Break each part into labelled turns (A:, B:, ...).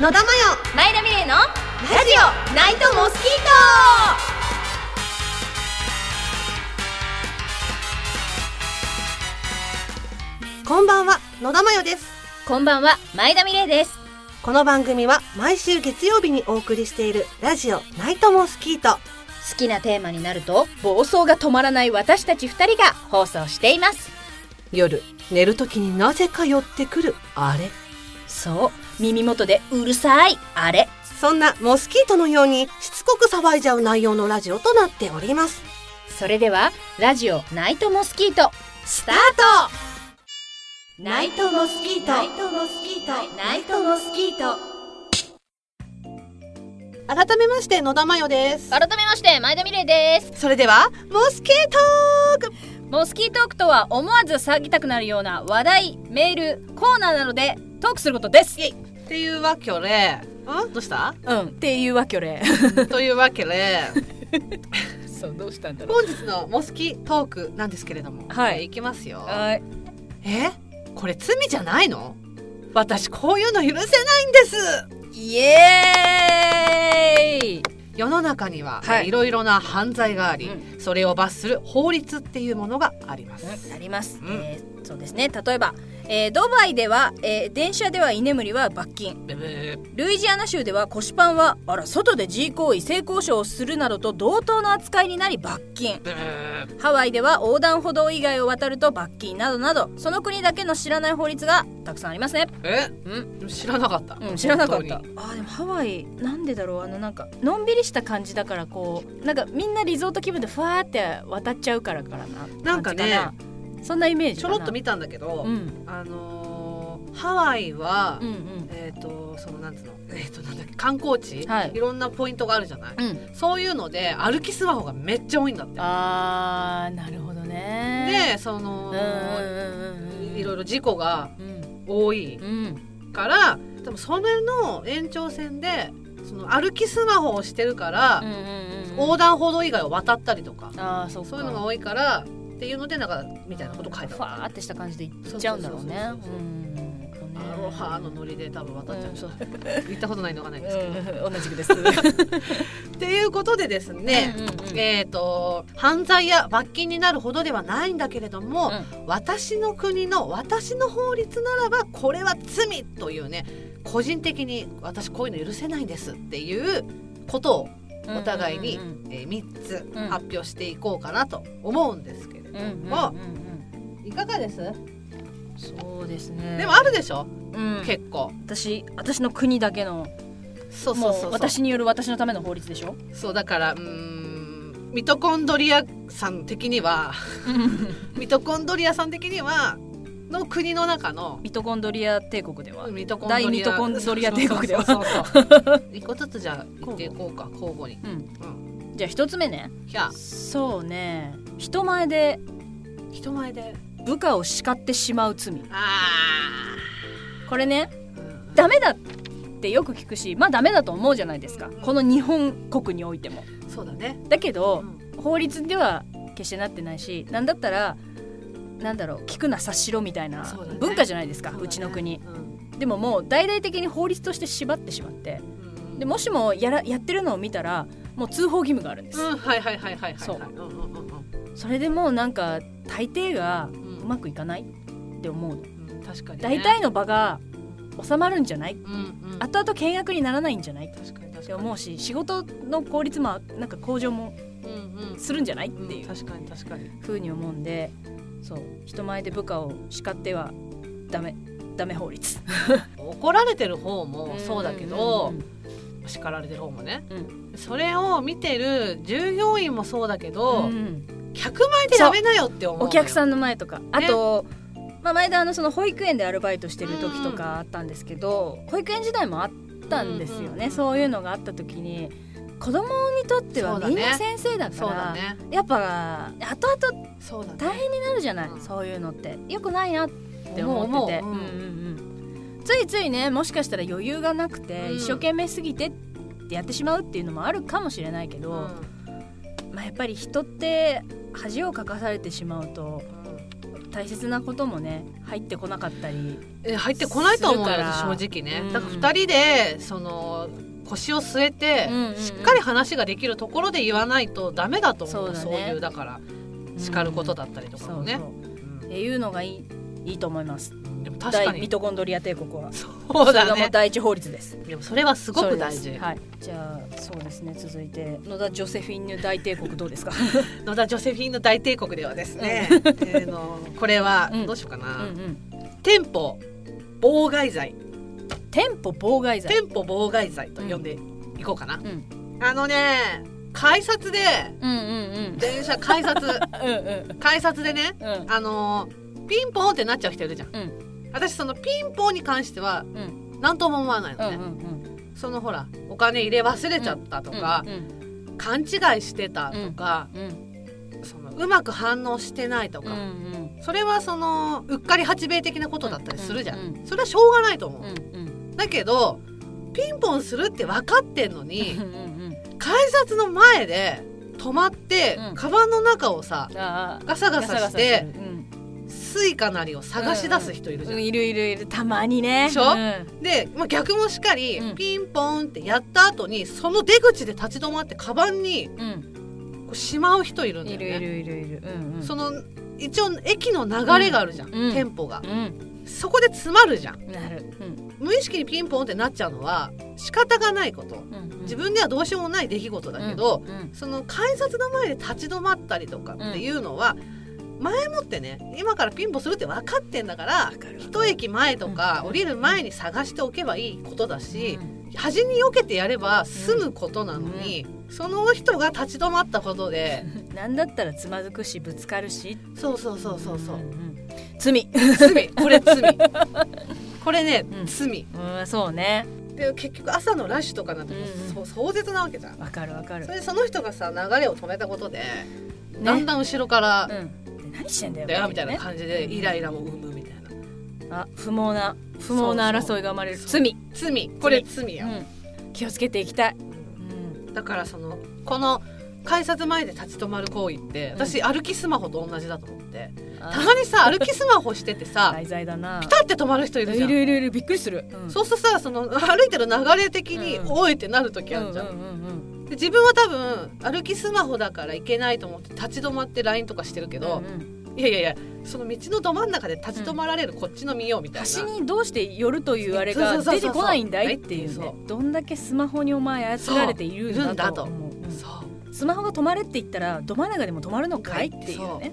A: 野田真
B: 前田美玲のラ
A: 代ラジ
B: ジオナイトモスキー
A: オこんばんは野田真代です
B: トこんばんは前田美玲です
A: この番組は毎週月曜日にお送りしているラジオナイトモスキート
B: 好きなテーマになると暴走が止まらない私たち2人が放送しています
A: 夜寝る時になぜか寄ってくるあれ
B: そう耳元でうるさいあれ
A: そんなモスキートのようにしつこく騒いじゃう内容のラジオとなっております
B: それではラジオナイトモスキート
A: スタート
B: ナイ
A: トモスキー
B: ナイ
A: トモスキート
B: ナイトモスキート
A: 改めまして野田真代です
B: 改めまして前田美玲です
A: それではモスキートーク
B: モスキートークとは思わず騒ぎたくなるような話題メールコーナーなどでトークすることです
A: っていうわけでんどうした
B: うんっていうわけで
A: というわけで
B: そうどうしたんだ
A: 本日のモスキトークなんですけれども
B: はい
A: いきますよ
B: はい
A: えこれ罪じゃないの私こういうの許せないんです
B: イエーイ
A: 世の中には、
B: はい
A: い、ろいろな犯罪があり、
B: う
A: それを罰する法律っていうものがあります、
B: うん、あります、
A: うん
B: えーそうですね例えば、えードバイでは、えー電車では居眠りは罰金
A: ブブー
B: ルイジアナ州では腰パンはあら外で G 行為性交渉をするなどと同等の扱いになり罰金
A: ブブー
B: ハワイでは横断歩道以外を渡ると罰金などなどその国だけの知らない法律がたくさんありますね
A: え
B: うん、
A: 知らなかった、
B: うん、知らなかっ
A: 本
B: た
A: 当に
B: あでもハワイなんでだろうあのなんかのんびりした感じだからこうなんかみんなリゾート気分でふわーって渡っちゃうからからな
A: なんかね
B: 感じなそんなイメージ
A: ち
B: か
A: ょ
B: な
A: ろっと見たんだけど、
B: うん、
A: あのーハワイは、
B: うんうん
A: えっ、とそのなんつうのえっ、となんだっけ観光地、
B: はい
A: い、ろんなポイントがあるじゃない、
B: うん
A: そういうので歩きスマホがめっちゃ多いんだって
B: あーなるほどね
A: でその
B: うんうんうんうん
A: いろいろ事故が
B: うん
A: 多い
B: うん
A: からでもそれの延長線でその歩きスマホをしてるから、
B: うんうんうん
A: 横断歩道以外を渡ったりとか、
B: あーそうか
A: そういうのが多いからっていうのでなんかみたいなこと書いて
B: ふわ
A: あ
B: ー
A: っ
B: ってした感じで行っちゃうんだろうね
A: そうそうそうそうそう
B: うん
A: たアロハのノリで多分渡っちゃうんじゃない、行ったことないのがないんですけど、
B: うん、同じくです。 ね、
A: っていうことでですね、えー、と犯罪や罰金になるほどではないんだけれども、私の国の私の法律ならばこれは罪というね個人的に私こういうの許せないんですっていうことを、お互いに
B: うんうん
A: え3つ
B: うん
A: 発表していこうかなと思うんですけれど
B: うんうん
A: も、
B: うん
A: いかがです、
B: うんそうですね。
A: でもあるでしょ、
B: うん、
A: 結構
B: 私私の国だけの
A: そうそうう
B: も
A: そうそう
B: 私による私のための法律 でしょ。
A: そうだからうーんミトコンドリアさん的にはミトコンドリアさん的にはの国の中の
B: ミトコンドリア帝国では。
A: ミトコンドリア
B: 大ミトコンドリア帝国では
A: そうそうそうそう一個ずつじゃあ言っていこうか交互に
B: うん
A: う
B: じゃあ一つ目ね。
A: ひゃ
B: そうね。人前で
A: 人前で
B: 部下を叱ってしまう罪。
A: あ
B: これね
A: ーうん
B: ダメだってよく聞くし、まあダメだと思うじゃないですか。この日本国においても。
A: そうだね
B: だけど。
A: うん
B: 法律では決してなってないしなんだったらなんだろう聞くな察しろみたいな
A: そうだね
B: 文化じゃないですかう,、
A: そうだね
B: ちの国
A: うん
B: でももう大々的に法律として縛ってしまって
A: うん
B: でもしもやらやってるのを見たらもう通報義務があるんです、
A: うんはいはいはいはいはいはい
B: そうん
A: うんうんうん
B: それでもうなんか大抵が
A: ん
B: うまくいかないって思うの
A: うん確かにね
B: 大体の場が収まるんじゃない
A: うんうん
B: 後々倹約にならないんじゃないっ
A: 確かに確
B: て
A: かに
B: 思うし仕事の効率もなんか向上も
A: うんうん
B: するんじゃないっ
A: うん
B: ていう
A: 確かに確かに
B: ふうに思うんでそう人前で部下を叱ってはダメダメ法律
A: 怒られてる方もそうだけど
B: うん
A: 叱られてる方もね
B: う
A: それを見てる従業員もそうだけど
B: うん
A: 客前でやめなよって思う
B: お客
A: ん
B: さんの前とかあと、まあ、前田あのその保育園でアルバイトしてる時とかあったんですけど保育園時代もあったんですよ
A: うんうん
B: ね、
A: うん
B: そういうのがあった時に子供にとって
A: そ
B: は
A: うだ
B: み
A: ね
B: んな先生だか
A: そう
B: ら
A: だね
B: やっぱ後々
A: そうだ
B: 大
A: ね
B: 変になるじゃない、
A: うん
B: そういうのってよくないなってって思ってて
A: 思う思う
B: うんうんうんついついねもしかしたら余裕がなくて、
A: うん
B: 一生懸命すぎてってやってしまうっていうのもあるかもしれないけど、まあ、やっぱり人って恥をかかされてしまうと大切なこともね入ってこなかったり
A: え入ってこないと思うよ
B: するから
A: 正直ね、
B: うん
A: だから2人でその腰を据えて、
B: うんうんうん
A: しっかり話ができるところで言わないとダメだと思う
B: そうだね
A: そういうだから叱ることだったりとか
B: そ
A: も
B: う
A: ね、
B: そ
A: う
B: う
A: ん
B: っていうのがいいいいと思います
A: でも確か
B: 大
A: に
B: ミトコンドリア帝国は
A: そう
B: れ
A: だ
B: がもう
A: ね
B: 第一法律です
A: でもそれはすごく大
B: そう
A: 事、
B: ですはい、じゃあそうですね続いて野田ジョセフィンヌ大帝国どうですか
A: 野田ジョセフィンの大帝国ではですね、えーのこれは
B: うん
A: どうしようか
B: うん、
A: な、
B: うん、
A: 店舗妨害罪
B: 店舗妨害罪、
A: 店舗妨害罪と呼んでいこうかな、
B: うん、
A: あのね改札で
B: うんうんうん
A: 電車改札
B: うんうん
A: 改札でね
B: うん
A: あのーピンポンってなっちゃう人いるじゃん、
B: う
A: 私そのピンポンに関しては
B: うん
A: 何とも思わないの
B: う
A: ね、
B: ん
A: そのほらお金入れ忘れちゃったとか、
B: うん
A: 勘違いしてたとか、
B: うん
A: うそのうまく反応してないと
B: うんう
A: か、
B: ん
A: それはそのうっかり八兵衛的なことだったりするじゃん、
B: うんうん
A: それはしょうがないと思う、
B: うんうん
A: だけどピンポンするって分かってんのに
B: うんうん
A: 改札の前で止まって、
B: うん
A: カバンの中をさ
B: ああ
A: ガサガサし
B: ガサガサ
A: て
B: するうん
A: スイカなりを探し出す人いるじゃん、
B: うんいるいるいるたまにね
A: でしょ
B: うん
A: で、まあ、逆もしっかり、
B: うん
A: ピンポンってやった後にその出口で立ち止まってカバンに
B: うん
A: こうしまう人いるんだ
B: い
A: よね
B: るいるいるいるうんうん
A: その一応駅の流れがあるじゃん、
B: うん
A: 店舗が
B: うん
A: そこで詰まるじゃん
B: なるうん
A: 無意識にピンポンってなっちゃうのは仕方がないこと
B: うんうん
A: 自分ではどうしようもない出来事だけど、
B: うんうん
A: その改札の前で立ち止まったりとかっていうのは、前もってね今からピンポンするって分かってんだから
B: わかるわ
A: 一駅前とか
B: うん
A: 降りる前に探しておけばいいことだし、
B: うん
A: 端に避けてやれば済むことなのに、その人が立ち止まったことで
B: なんだったらつまずくしぶつかるし
A: そうそうそうそうそうん
B: ん 罪
A: 罪これ 罪これね、
B: うん
A: 罪
B: うんそうね
A: で結局朝のラッシュとかなんてもう
B: うんうん
A: そう壮絶なわけじゃん
B: わかるわかる
A: それでその人がさ流れを止めたことで、だんだん後ろから
B: うん、何してん
A: 「
B: だよ
A: だよ」みたいな
B: ね
A: 感じでイライラも生むみたいな
B: あ不毛な不毛な争いが生まれる
A: そうそう
B: 罪、
A: 罪これ罪や、
B: うん、気をつけていきたい、うん、
A: だからそのこの改札前で立ち止まる行為って私歩きスマホと同じだと思って、たまにさ歩きスマホしてて さ
B: 題材だな
A: ピタって止まる人い
B: い
A: る
B: る
A: じゃ
B: い
A: ん
B: るいるいるびっくりする、うん、
A: そうするとさその歩いてる流れ的に「
B: うんうん
A: おい!」ってなる時あるじゃん,、
B: うんうんうん
A: で自分は多分歩きスマホだからいけないと思って立ち止まって LINE とかしてるけど
B: うん、うん
A: いやいやいやその道のど真ん中で立ち止まられるこっちの見ようみたいな、
B: 端にどうして寄るというあれ
A: そ
B: が
A: うそうそう
B: 出
A: そう
B: てこないんだいっていう
A: そう
B: ねどんだけスマホにお前操られている
A: そういるん
B: ん
A: だ
B: だ
A: と
B: と思ううん
A: そう
B: スマホが止まれって言ったらど真ん中でも止まるのかいっていうね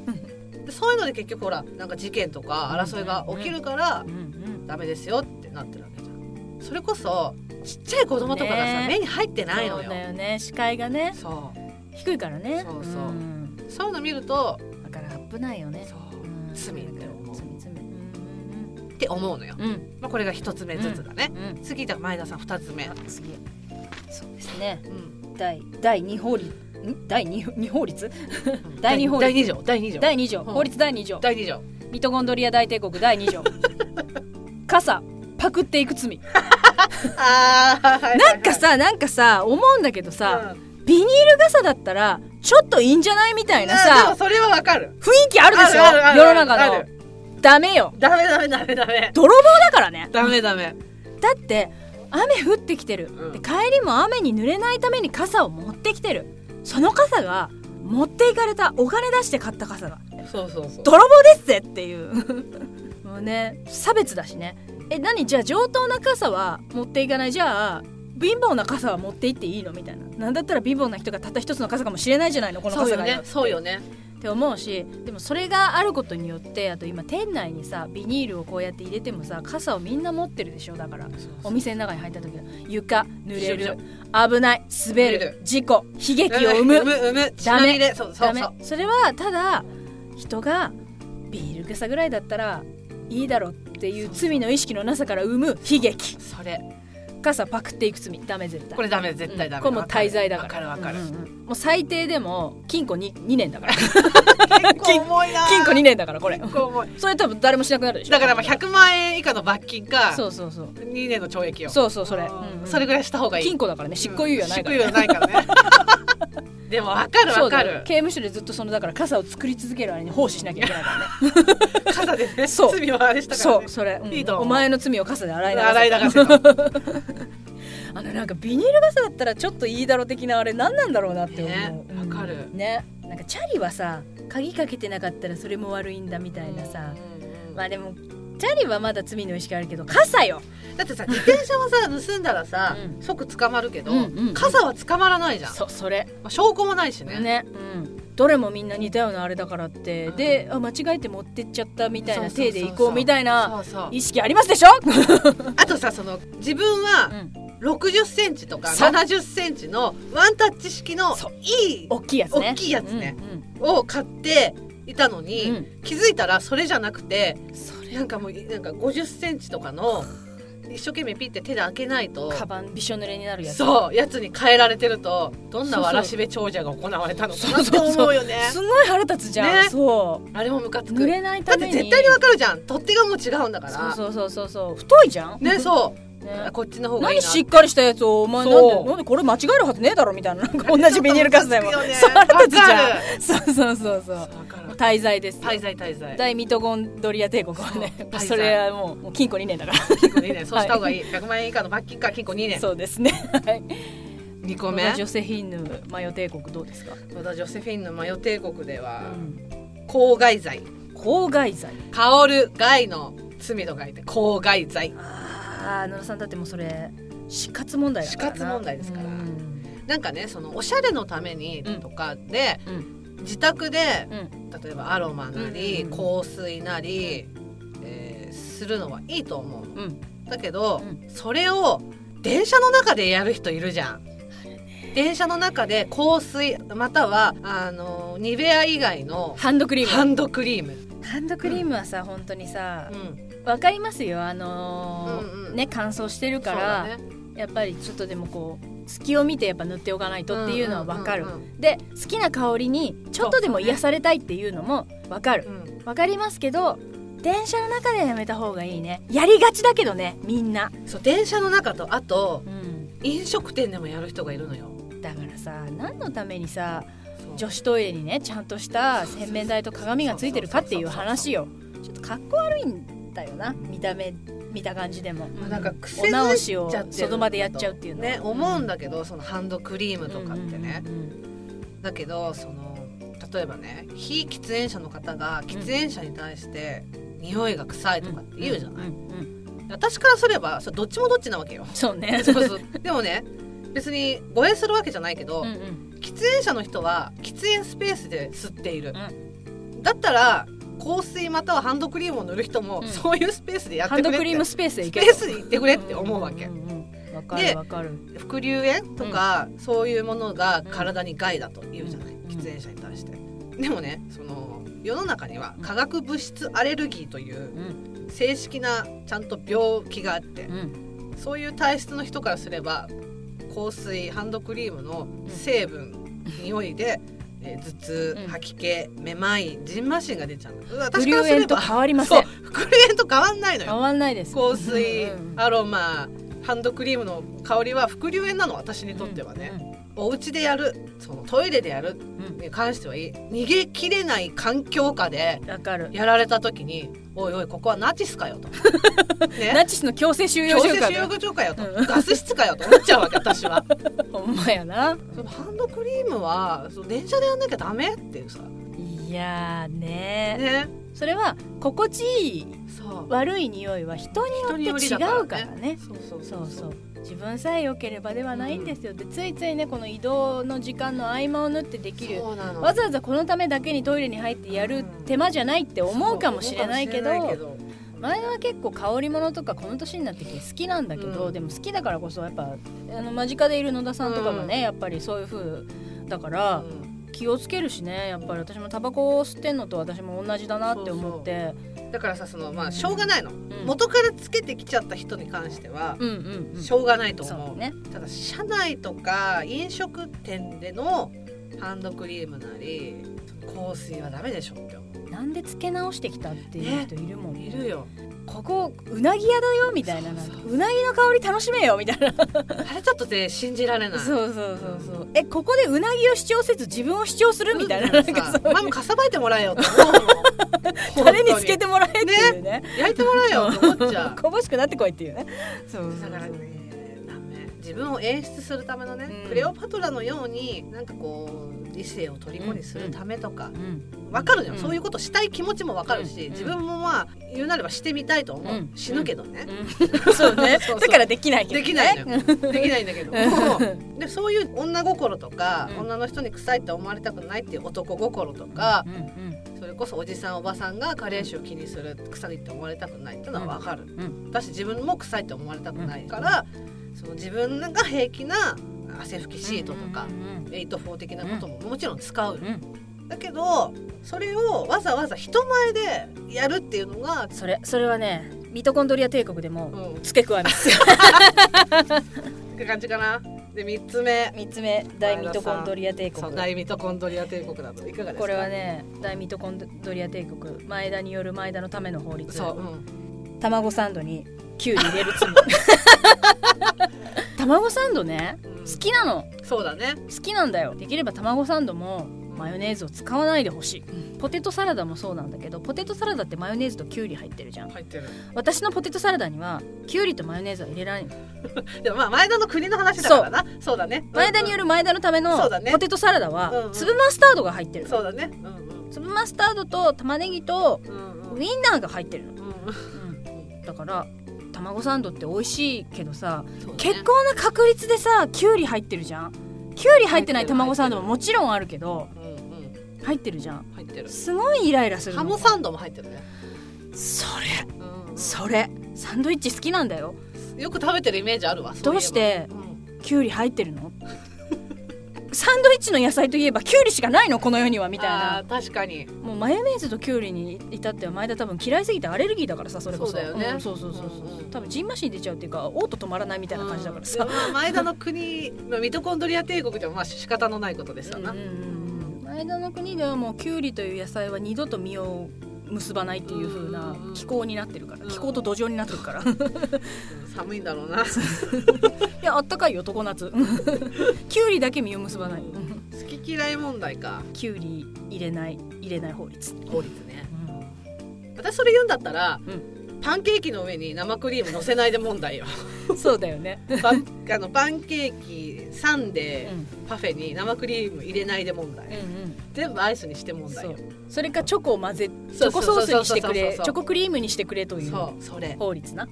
A: でそういうので結局ほらなんか事件とか争いが起きるから
B: うんうん
A: ダメですよってなってるわけじゃんそれこそちっちゃい子供とかがさ、
B: ね
A: 目に入ってないの
B: そ
A: よ
B: うだよね視界がね
A: そう
B: 低いからね
A: そうそうんそういうの見ると
B: だから危ないよね。
A: そう
B: うん
A: 罪って思う
B: 罪罪。うん
A: って思うのよ、
B: うんうん
A: まあ、これが一つ目ずつだね、
B: うん。
A: 次だ前田さん二つ目、
B: あ次。そうですね。
A: うん、
B: 第第二法律ん第二二法律第二法律
A: 第二条第二条
B: 第二条
A: うん
B: 法律第二条
A: 第二条
B: ミトコンドリア大帝国第二条 傘パクっていく罪
A: ああ
B: なんかさなんかさ思うんだけどさ、
A: み
B: ビニール傘だったらちょっといいんじゃないみたいな
A: でも
B: さ
A: それはわかる
B: 雰囲気あるでしょ
A: あるある
B: 世の中
A: あ
B: の
A: る
B: ダメよ
A: ダメダメダメダメ
B: 泥棒だからね
A: ダメダメ
B: だって雨降ってきてる、
A: うん
B: で帰りも雨に濡れないために傘を持ってきてるその傘が持っていかれたお金出して買った傘が
A: そうそうそう
B: 泥棒ですぜっていう もうね差別だしねえ何じゃあ上等な傘は持っていかないじゃあ貧乏な傘は持って行っていいのみたいななんだったら貧乏な人がたった一つの傘かもしれないじゃないのこの
A: そう
B: 傘
A: よ
B: が
A: ねそうよね
B: って思うしでもそれがあることによってあと今店内にさビニールをこうやって入れてもさ傘をみんな持ってるでしょだからお店の中に入った時の床濡れ
A: びしょ
B: る危ない滑
A: 滑
B: る事故悲劇
A: う
B: を生
A: ん
B: む
A: 生む血
B: ダメ
A: まみれそうそ
B: ダ
A: う
B: メ
A: そう
B: それはただ人がビール草ぐらいだったらいいだろっていう罪の意識のなさから生む悲劇
A: それ
B: 傘パクっていく罪ダメ絶対
A: これダメ絶対ダメ
B: これもう滞在だから
A: わかるわか
B: うんうんうんもう最低でも禁錮 2, 2年だから
A: る結構重いな
B: 禁錮2年だからこれ
A: 結構重い
B: それ多分誰もしなくなるでしょ
A: だからまあ100万円以下の罰金か
B: そうそうそう
A: 2年の懲役よ
B: そうそうそれ、
A: ん
B: うんうん
A: それぐらいした方がいい
B: 禁錮だからね執行猶予はないから、
A: 執行猶予ないからねでもわかる
B: そ
A: わ
B: うだ
A: か
B: よ
A: る
B: 刑務所でずっとそのだから傘を作り続けるあれに奉仕しなきゃいけないからね
A: 傘でね
B: そう
A: 罪をあれしたから、
B: そ
A: ね、
B: うそれ、うん
A: いいと思う
B: お前の罪を傘で洗い流せ
A: 洗い流せと
B: あのなんかビニール傘だったらちょっといいだろう的なあれ何なんだろうなって思う、
A: ね
B: うん
A: わかる
B: ねなんかチャリはさ鍵かけてなかったらそれも悪いんだみたいなさ、まあでもチャリはまだ罪の意識あるけど傘よ
A: だってさ自転車はさ盗んだらさ、
B: うん
A: 即捕まるけど、
B: うんうんうん
A: 傘は捕まらないじゃん、ま
B: そそれ
A: あ、証拠もないしね
B: ね、うん、どれもみんな似たようなあれだからって、
A: うん
B: であ間違えて持ってっちゃったみたいな
A: そうそうそうそう
B: 手で行こうみたいな
A: そうそう
B: 意識ありますでしょ、
A: あとさその自分は6 0ンチとか
B: そう
A: 7 0ンチのワンタッチ式の
B: そう
A: いい
B: 大きいやつね
A: 大きいやつね、
B: うんうん
A: を買っていたのに、
B: うん
A: 気づいたらそれじゃなくて
B: それ
A: なんかもうなんか5 0ンチとかの一生懸命ピッて手で開けないと
B: カバンびしょ濡れになるやつ
A: そうやつに変えられてるとどんなわらしべ長者が行われたのかなって思うよね
B: すごい腹立つじゃん、
A: ね
B: そう
A: あれもムカつく
B: 濡れない
A: だったて
B: めに
A: 絶対にわかるじゃん取っ手がもう違うんだから
B: そうそうそうそうそう太いじゃん
A: ねそう
B: ね
A: あこっちの方がいい
B: 何
A: な
B: しっかりしたやつをお前なん
A: そう
B: でなんでこれ間違えるはずねえだろみたいななんか同じビニール傘でも
A: ちょっとムカつ
B: そう
A: くよね
B: 腹立つじ
A: わか
B: ゃんそうそうそうそう
A: わかる
B: 滞在です
A: 滞在滞在
B: 大ミトゴンドリア帝国はね
A: そう
B: それはもうもう金庫2年だか
A: 金庫2年そうした方がいい100万円以下の罰金か金庫2
B: ら
A: 年
B: そうですねはい
A: 2個目
B: 野田ジョセフィーヌマヨ帝国どうですか
A: 野田ジョセフィンのマヨ帝国では
B: うん
A: 公害罪
B: 公害罪
A: 香る害の罪と書いて公害罪
B: ああ野田さんだってもうそれ死活問題だからな
A: 死活問題ですから
B: うん
A: なんかねそのおしゃれのためにとかで、
B: うんう
A: 自宅で
B: うん
A: 例えばアロマなり、
B: うん
A: 香水なり、えーするのはいいと思うの
B: うん
A: だけど、
B: う
A: それを電車の中でやる人いるじゃん。電車の中で香水またはあのニベア以外の
B: ハンドクリー
A: ハ
B: ム
A: ンドクリーム、
B: ハンドクリームはさ本当にさ
A: うん、
B: わかりますよあのー
A: うんうん
B: ね乾燥してるか
A: そうだ
B: ら、
A: ね
B: やっぱりちょっとでもこう隙を見てやっぱ塗っておかないとっていうのはわかる、
A: うんうんうん
B: で好きな香りにちょっとでも癒されたいっていうのもわかる
A: うん
B: わかりますけど電車の中でやめた方がいいねやりがちだけどねみんな、
A: そう電車の中とあと
B: うん、
A: 飲食店でもやる人がいるのよ。
B: だからさ何のためにさ
A: そう
B: 女子トイレにねちゃんとした洗面台と鏡がついてるかっていう話よちょっとかっこ悪いんだよな見た目見た感じでも、
A: まあなんか癖
B: お直し
A: づ
B: を
A: いちゃってる
B: その場でやっちゃうっていうのは
A: ね思うんだけどそのハンドクリームとかってね、
B: うんうん
A: だけどその例えばね非喫煙者の方が喫煙者に対して匂いが臭いとかって言うじゃない、
B: うんうん
A: 私からすればそれどっちもどっちなわけよ
B: そう ね
A: そうそうでもね別に護衛するわけじゃないけど、
B: うんうん
A: 喫煙者の人は喫煙スペースで吸っている、
B: う
A: だったら香水またはハンドクリームを塗る人も、
B: うん
A: そういうスペースでやっ
B: ハ
A: て
B: ン
A: く
B: ド
A: れっ
B: クリー
A: て
B: ムスペースへ
A: ス
B: 行
A: ペ
B: け
A: ースに行ってくれって思うわけ、
B: んんうんわか
A: で
B: るわかる
A: 副流煙とか、そういうものが体に害だと言うじゃない、
B: うん
A: 喫煙者に対して。でもねその世の中には化学物質アレルギーという
B: うん
A: 正式なちゃんと病気があって
B: うん
A: そういう体質の人からすれば香水ハンドクリームの成分、匂いで、えー頭痛
B: うん
A: 吐き気めまいじんましんが出ちゃうの
B: 不
A: 私から
B: 良
A: すれ
B: 園と
A: ば
B: 変わりませ
A: そうん副流煙と変わんないの
B: 変
A: よ
B: わんないです
A: 香水
B: うんうん
A: アロマハンドクリームの香りは副流煙なの私にとってはね、お家でやるそのトイレでやる
B: うんうん
A: に関してはいい逃げきれない環境下で
B: わかる
A: やられた時に「おいおいここはナチスかよ」と 「ね、
B: ナチスの強制収容
A: 強
B: 所
A: 制
B: か
A: 収容所かよ」と
B: うん
A: 「ガス室かよ」と思っちゃうわけ 私は。
B: ほんまやな
A: そのハンドクリームはその電車でやんなきゃダメっていうさ
B: いやーね
A: ね
B: それは心地いい
A: そう
B: 悪い匂いは人によって違
A: だ
B: うからね
A: そうそうそ
B: そううそう自分さえ良ければではないんですよ、でついついねこの移動の時間の合間を縫ってできる
A: そうなの
B: わざわざこのためだけにトイレに入ってやる手間じゃないって思うかもしれないけど
A: そう思うかもしれないけど
B: 前は結構香り物とかこの年になってきて好きなんだけど、
A: うん
B: でも好きだからこそやっぱあの間近でいる野田さんとかがね、
A: うん
B: やっぱりそういう風だから気をつけるしねやっぱり私もタバコを吸ってんのと私も同じだなって思って
A: うんだからさそのまあしょうがないの、
B: うん
A: 元からつけてきちゃった人に関しては、
B: うんうんうん
A: しょうがないと
B: そ
A: 思う
B: うね
A: ただ社内とか飲食店でのハンドクリームなり香水はダメでしょって思
B: なんでつけ直してきたっていう人いるも
A: うん
B: ね
A: いるよ
B: ここうなぎ屋だよみたいななんか
A: そう
B: うなぎの香り楽しめよみたいな
A: あれちょっとね信じられない
B: そうそうそうそうえここでうなぎを主張せず自分を主張するみたいななんか
A: さ
B: そう
A: お前もかさばいてもらえよって思う もん
B: タレにつけてもらえっていう
A: 本
B: ね
A: 当に焼いてもらえよって思っち ゃう
B: こぼしくなってこいっていうねそうそうそ
A: だ
B: う
A: からねダメ自分を演出するためのね、
B: うん
A: クレオパトラのようになんかこう理性を虜にするためとか
B: うん
A: わかるじゃん、
B: うん
A: そういうことしたい気持ちもわかるし、
B: うん
A: 自分もまあ言うなればしてみたいと思う、
B: うん
A: 死ぬけどね、
B: うんそうね
A: そうそう
B: だからできないけ
A: で
B: どね
A: きないのよできないんだけどもでそういう女心とか、
B: うん
A: 女の人に臭いって思われたくないっていう男心とか
B: う、ん
A: それこそおじさんおばさんが加齢臭気にする臭いって思われたくないっていうのはわかる、
B: んうん
A: 私自分も臭いって思われたくないから、その自分が平気な汗拭きシートとか、
B: うん
A: 8-4的なことももちろん使うよ、
B: うん
A: だけどそれをわざわざ人前でやるっていうのが、
B: それそれはねミトコンドリア帝国でも
A: うん、
B: 付け加えます
A: って感じかなで3つ目
B: 三つ目大ミトコンドリア帝
A: そう
B: 国
A: 大ミトコンドリア帝国などいかがですか
B: これはね大ミトコンドリア帝国前田による前田のための法律
A: そう、うん、
B: 卵サンドにキュウリ入れる 罪卵サンドね
A: うん
B: 好きなの
A: そうだね
B: 好きなんだよできれば卵サンドもマヨネーズを使わないでほしいポテトサラダもそうなんだけどポテトサラダってマヨネーズとキュウリ入ってるじゃん
A: 入ってる
B: 私のポテトサラダにはキュウリとマヨネーズは入れられない
A: でもまあ前田の国の話だからなそうだね
B: 前田によ
A: る、
B: る前田のための
A: そうだね
B: ポテトサラダ
A: うんう
B: は
A: ん
B: 粒マスタードが入って
A: うん
B: る
A: そうだねうんうん
B: 粒マスタードと玉ねぎと
A: うんうん
B: ウインナーが入ってるの、
A: うん
B: だから卵サンドって美味しいけどさ
A: そうだね
B: 結構な確率でさきゅうり入ってるじゃんきゅうり入ってない卵サンドももちろんあるけど
A: うんうん
B: 入ってるじゃん
A: 入ってる
B: すごいイライラするの
A: ハモサンドも入ってるね、
B: そ
A: うんうん
B: れそれサンドイッチ好きなんだよ
A: よく食べてるイメージあるわそういえば
B: どうして
A: うん
B: きゅうり入ってる のサンドイッチの野菜といえばきゅうりしかないのこの世にはみたい
A: あ
B: な
A: ー確かに
B: もうマヨネーズときゅうりに至っては前田多分嫌いすぎてアレルギーだからさそれこそ
A: そうだよね
B: んそうそうそうそう、
A: うんうん
B: 多分ジンマシン出ちゃうっていうか嘔吐止まらないみたいな感じだからさ、
A: うんでもまあ前田の国のミトコンドリア帝国でもまあ仕方のないことですよな、
B: うんうんうんうん前田の国ではもうキュウリという野菜は二度と実を結ばないっていう風な
A: うん
B: 気候になってるから
A: うん
B: 気候と土壌になってるからい
A: 寒いんだろうな好
B: やあったかいよ 常夏キュウリだけ実を結ばない
A: うんき嫌い問題か
B: キュウリ入れない入れない法律
A: 法律ね私それ言うんだったら、
B: う
A: パンケーキの上に生クリーム乗せないで問題 よ
B: そうだよね、
A: パンあのパンケーキサン
B: うん
A: デー、パフェに生クリーム入れないで問題、全部アイスにして問題
B: そ
A: よ
B: うそれかチョコを混ぜチ
A: そう
B: ョコソースにしてく
A: そうそうそう
B: れ
A: そう
B: チョコクリームにしてくれという
A: そうそれ
B: 法律な、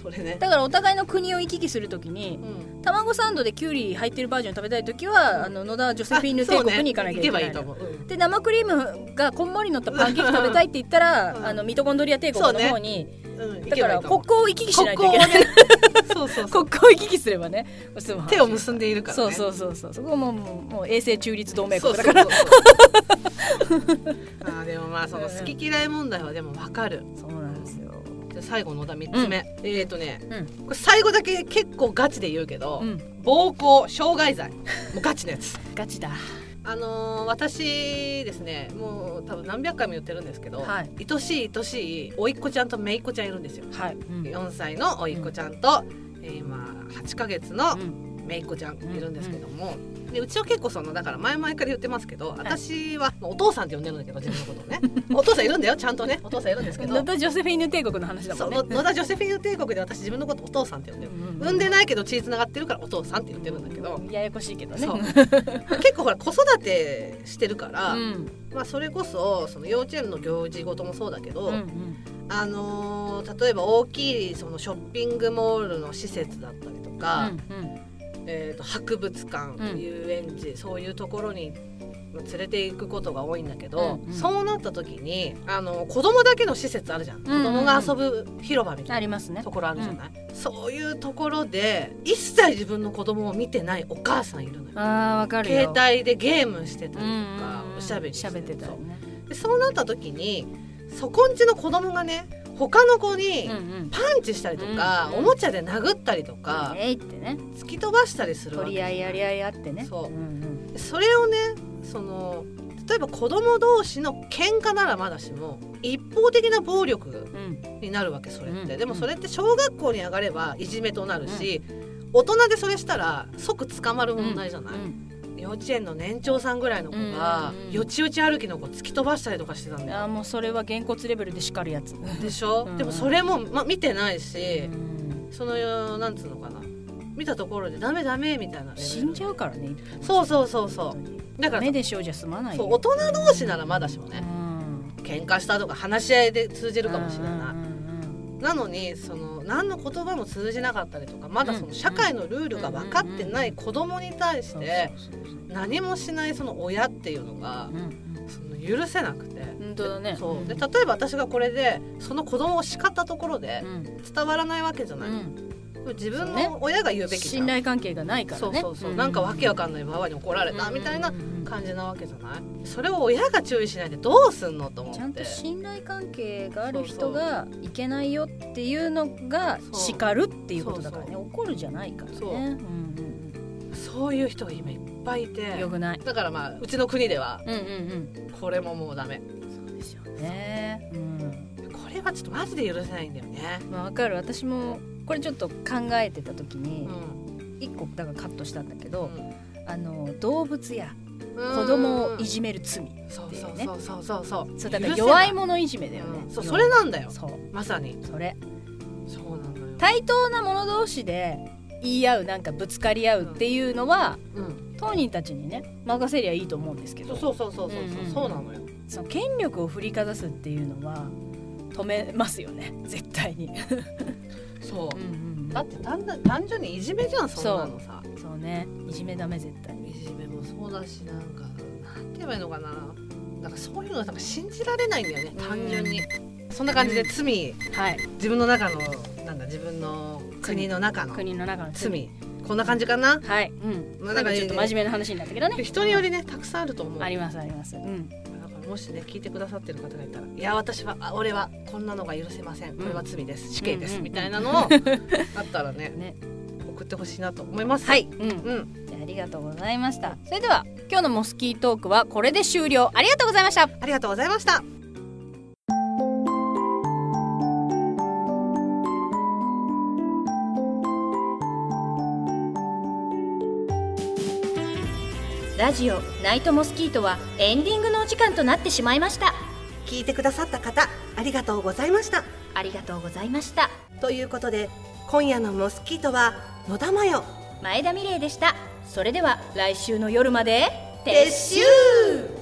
A: それね
B: だからお互いの国を行き来するときに
A: うん
B: 卵サンドでキュウリ入ってるバージョン食べたいときはあの野田ジョセフィーヌ帝国に行かなきゃいけない
A: あそ
B: の
A: うね行けばいいと思う、うん
B: で生クリームがこんもり乗ったパンケーキ食べたいって言ったら、
A: うん
B: あのミトコンドリア帝国の方に、
A: うん、
B: だから国
A: こ
B: 交を行き来しないといけない
A: ここをねそうそうそう
B: 国交を行き来すれば ねすまん
A: 手を結んでいるからね
B: そうそうそうそうそこももうもう永世中立同盟
A: そ
B: 国
A: う
B: だ
A: そう
B: から
A: そうあーでもまあその好き嫌い問題はでもわかる
B: そうなんですよ
A: じゃあ最後のだ3つ目、えっ、ー、とね、
B: うん
A: これ最後だけ結構ガチで言うけど、
B: うん
A: 暴行傷害罪もうガチのやつ
B: ガチだ
A: あのー私ですねもう多分何百回も言ってるんですけど、
B: はい
A: 愛しい愛しい甥っ子ちゃんと姪っ子ちゃんいるんですよ
B: はい、うん
A: 4歳の甥っ子ちゃんと、えー今8ヶ月の
B: うん
A: 姪っ子ちゃんいるんですけども、でうちは結構そのだから前々から言ってますけど私はまあお父さんって呼んでるんだけど自分の ことをねお父さんいるんだよちゃんとねお父さんいるんですけど
B: 野田ジョセフィーヌ帝国の話だも
A: そ
B: ん
A: う
B: ね
A: の野田ジョセフィーヌ帝国で私自分のことお父さんって呼んでる、産んで
B: な
A: ないけど血つながってるからお父さんって言ってるんだけど、
B: ややこしいけどね
A: そう結構ほら子育てしてるから、
B: うん
A: まあ、それこそその幼稚園の行事ごともそうだけど、
B: うんうん
A: あのー例えば大きいそのショッピングモールの施設だったりとか、
B: うん
A: えー、と博物館、
B: うん
A: 遊園地そういうところにまあ連れていくことが多いんだけど、
B: うんうん
A: そうなった時にあの子供だけの施設あるじゃん、
B: んうんうん
A: 子供が遊ぶ広場みた
B: あ
A: い
B: りますね
A: なところあるじゃない、そういうところで一切自分の子供を見てないお母さんいるのよ。
B: あーわかるよ
A: 携帯でゲームしてたりとか、
B: うん
A: おしゃべりして
B: 喋ってた
A: そ
B: よ
A: う
B: ね
A: でそうなった時にそこんちの子供がね他の子に
B: うんうん
A: パンチしたりとか、
B: うんうん
A: おもちゃで殴ったりとか、
B: えいってね
A: 突き飛ばしたりするわ
B: 取
A: け
B: り合いやり合いあってね
A: そうん
B: ん
A: それをねその例えば子供同士の喧嘩ならまだしも一方的な暴力
B: うん
A: になるわけそれっ
B: う
A: て
B: ん
A: でもそれって小学校に上がればいじめとなるし大人でそれしたら即捕まる問題じゃない、
B: うん
A: 幼稚園の年長さんぐらいの子が
B: うん
A: よちよち歩きの子突き飛ばしたりとかしてたんだ
B: あ
A: よ
B: ーもうそれはげんこつレベルで叱るやつ、
A: でしょ、
B: うん
A: でもそれも、ま、見てないし、
B: うん
A: そのなんつうのかな見たところでダメダメみたいなレベル
B: 死んじゃうからね
A: そうそうそうそ
B: 本当に
A: うだから
B: 目でしょうじゃ済まない
A: そう
B: よ
A: 大人同士ならまだしも
B: う
A: ね
B: ん
A: 喧嘩したとか話し合いで通じるかもしれ
B: う
A: なん
B: うん
A: いなのにその何の言葉も通じなかったりとかまだその社会のルールが分かってない子供に対し
B: うん
A: て
B: そうそうそうそう
A: 何もしないその親っていうのが
B: うんうん
A: その許せなくて。
B: 本当だね
A: そうで
B: ん
A: 例えば私がこれでその子供を叱ったところで
B: うん
A: 伝わらないわけじゃない、
B: うん
A: 自分
B: そうね
A: の親が言うべきじゃ
B: 信
A: ん
B: 頼関係がないから
A: そう
B: ね
A: そうそう、なんかわけわかんないばばに怒られたみたいな感じなわけじゃないそれを親が注意しないでどうすんのと思って
B: ちゃんと信頼関係がある人がいけないよっていうのが
A: そう
B: 叱るっていうことだからね
A: そ
B: 怒るじゃないからね
A: そううん
B: うん
A: そういう人が今いっぱいいて
B: うんよくない
A: だからまあうちの国では
B: うんうんうん
A: これももうダメ
B: そうですよねうん
A: これはちょっとマジで許せないんだよね
B: まあわかる私もこれちょっと考えてた時
A: う
B: に
A: ん
B: 一個だからカットしたんだけ
A: う
B: ど
A: ん
B: あの動物や子供をいじめる罪
A: そうそうそうそうそうそう
B: そうだから
A: 許せ
B: 弱
A: ない
B: 者いじめだよ
A: う
B: ね
A: んそうそれなんだよ
B: そう
A: まさに
B: それ
A: そうなんだよ
B: 対等な者同士で言い合うなんかぶつかり合うっていうのは
A: うん
B: 当人たちにね任せりゃいいと思うんですけ
A: そ
B: ど
A: うそうそうそうそう
B: うんうん
A: そうなのよ
B: その権力を振りかざすっていうのは止めますよね 絶対に、
A: そううん
B: うん
A: だって単な単純にいじめじゃんそんなのさ
B: うんそうねいじめダメ絶対
A: いじめもそうだしなんかなんて言えばいいのかななんかそういうのなんか信じられないんだよね単純にそんな感じで罪
B: はい
A: 自分の中のなんだ自分の国の中の罪
B: 国の中の
A: こんな感じかな
B: はい、うん、
A: まあだ
B: な
A: か
B: んからちょっと真面目な話になったけどね
A: 人によりねたくさんあると思う
B: あ
A: だか
B: りますありますうん
A: らもしね聞いてくださってる方がいたらいや私はあ俺はこんなのが許せませんこれは罪です死刑で
B: うん
A: す
B: うん
A: みたいな のをあったらね
B: ね
A: 送ってほしいなと思います
B: はい、うん、
A: うん
B: じゃあありがとうございましたそれでは今日のモスキートークはこれで終了ありがとうございました
A: ありがとうございました
B: ラジオナイトモスキートはエンディングのお時間となってしまいました
C: 聞いてくださった方ありがとうございました
B: ありがとうございました
C: ということで今夜のモスキートは野田真代
B: 前田美玲でしたそれでは来週の夜まで
C: 撤収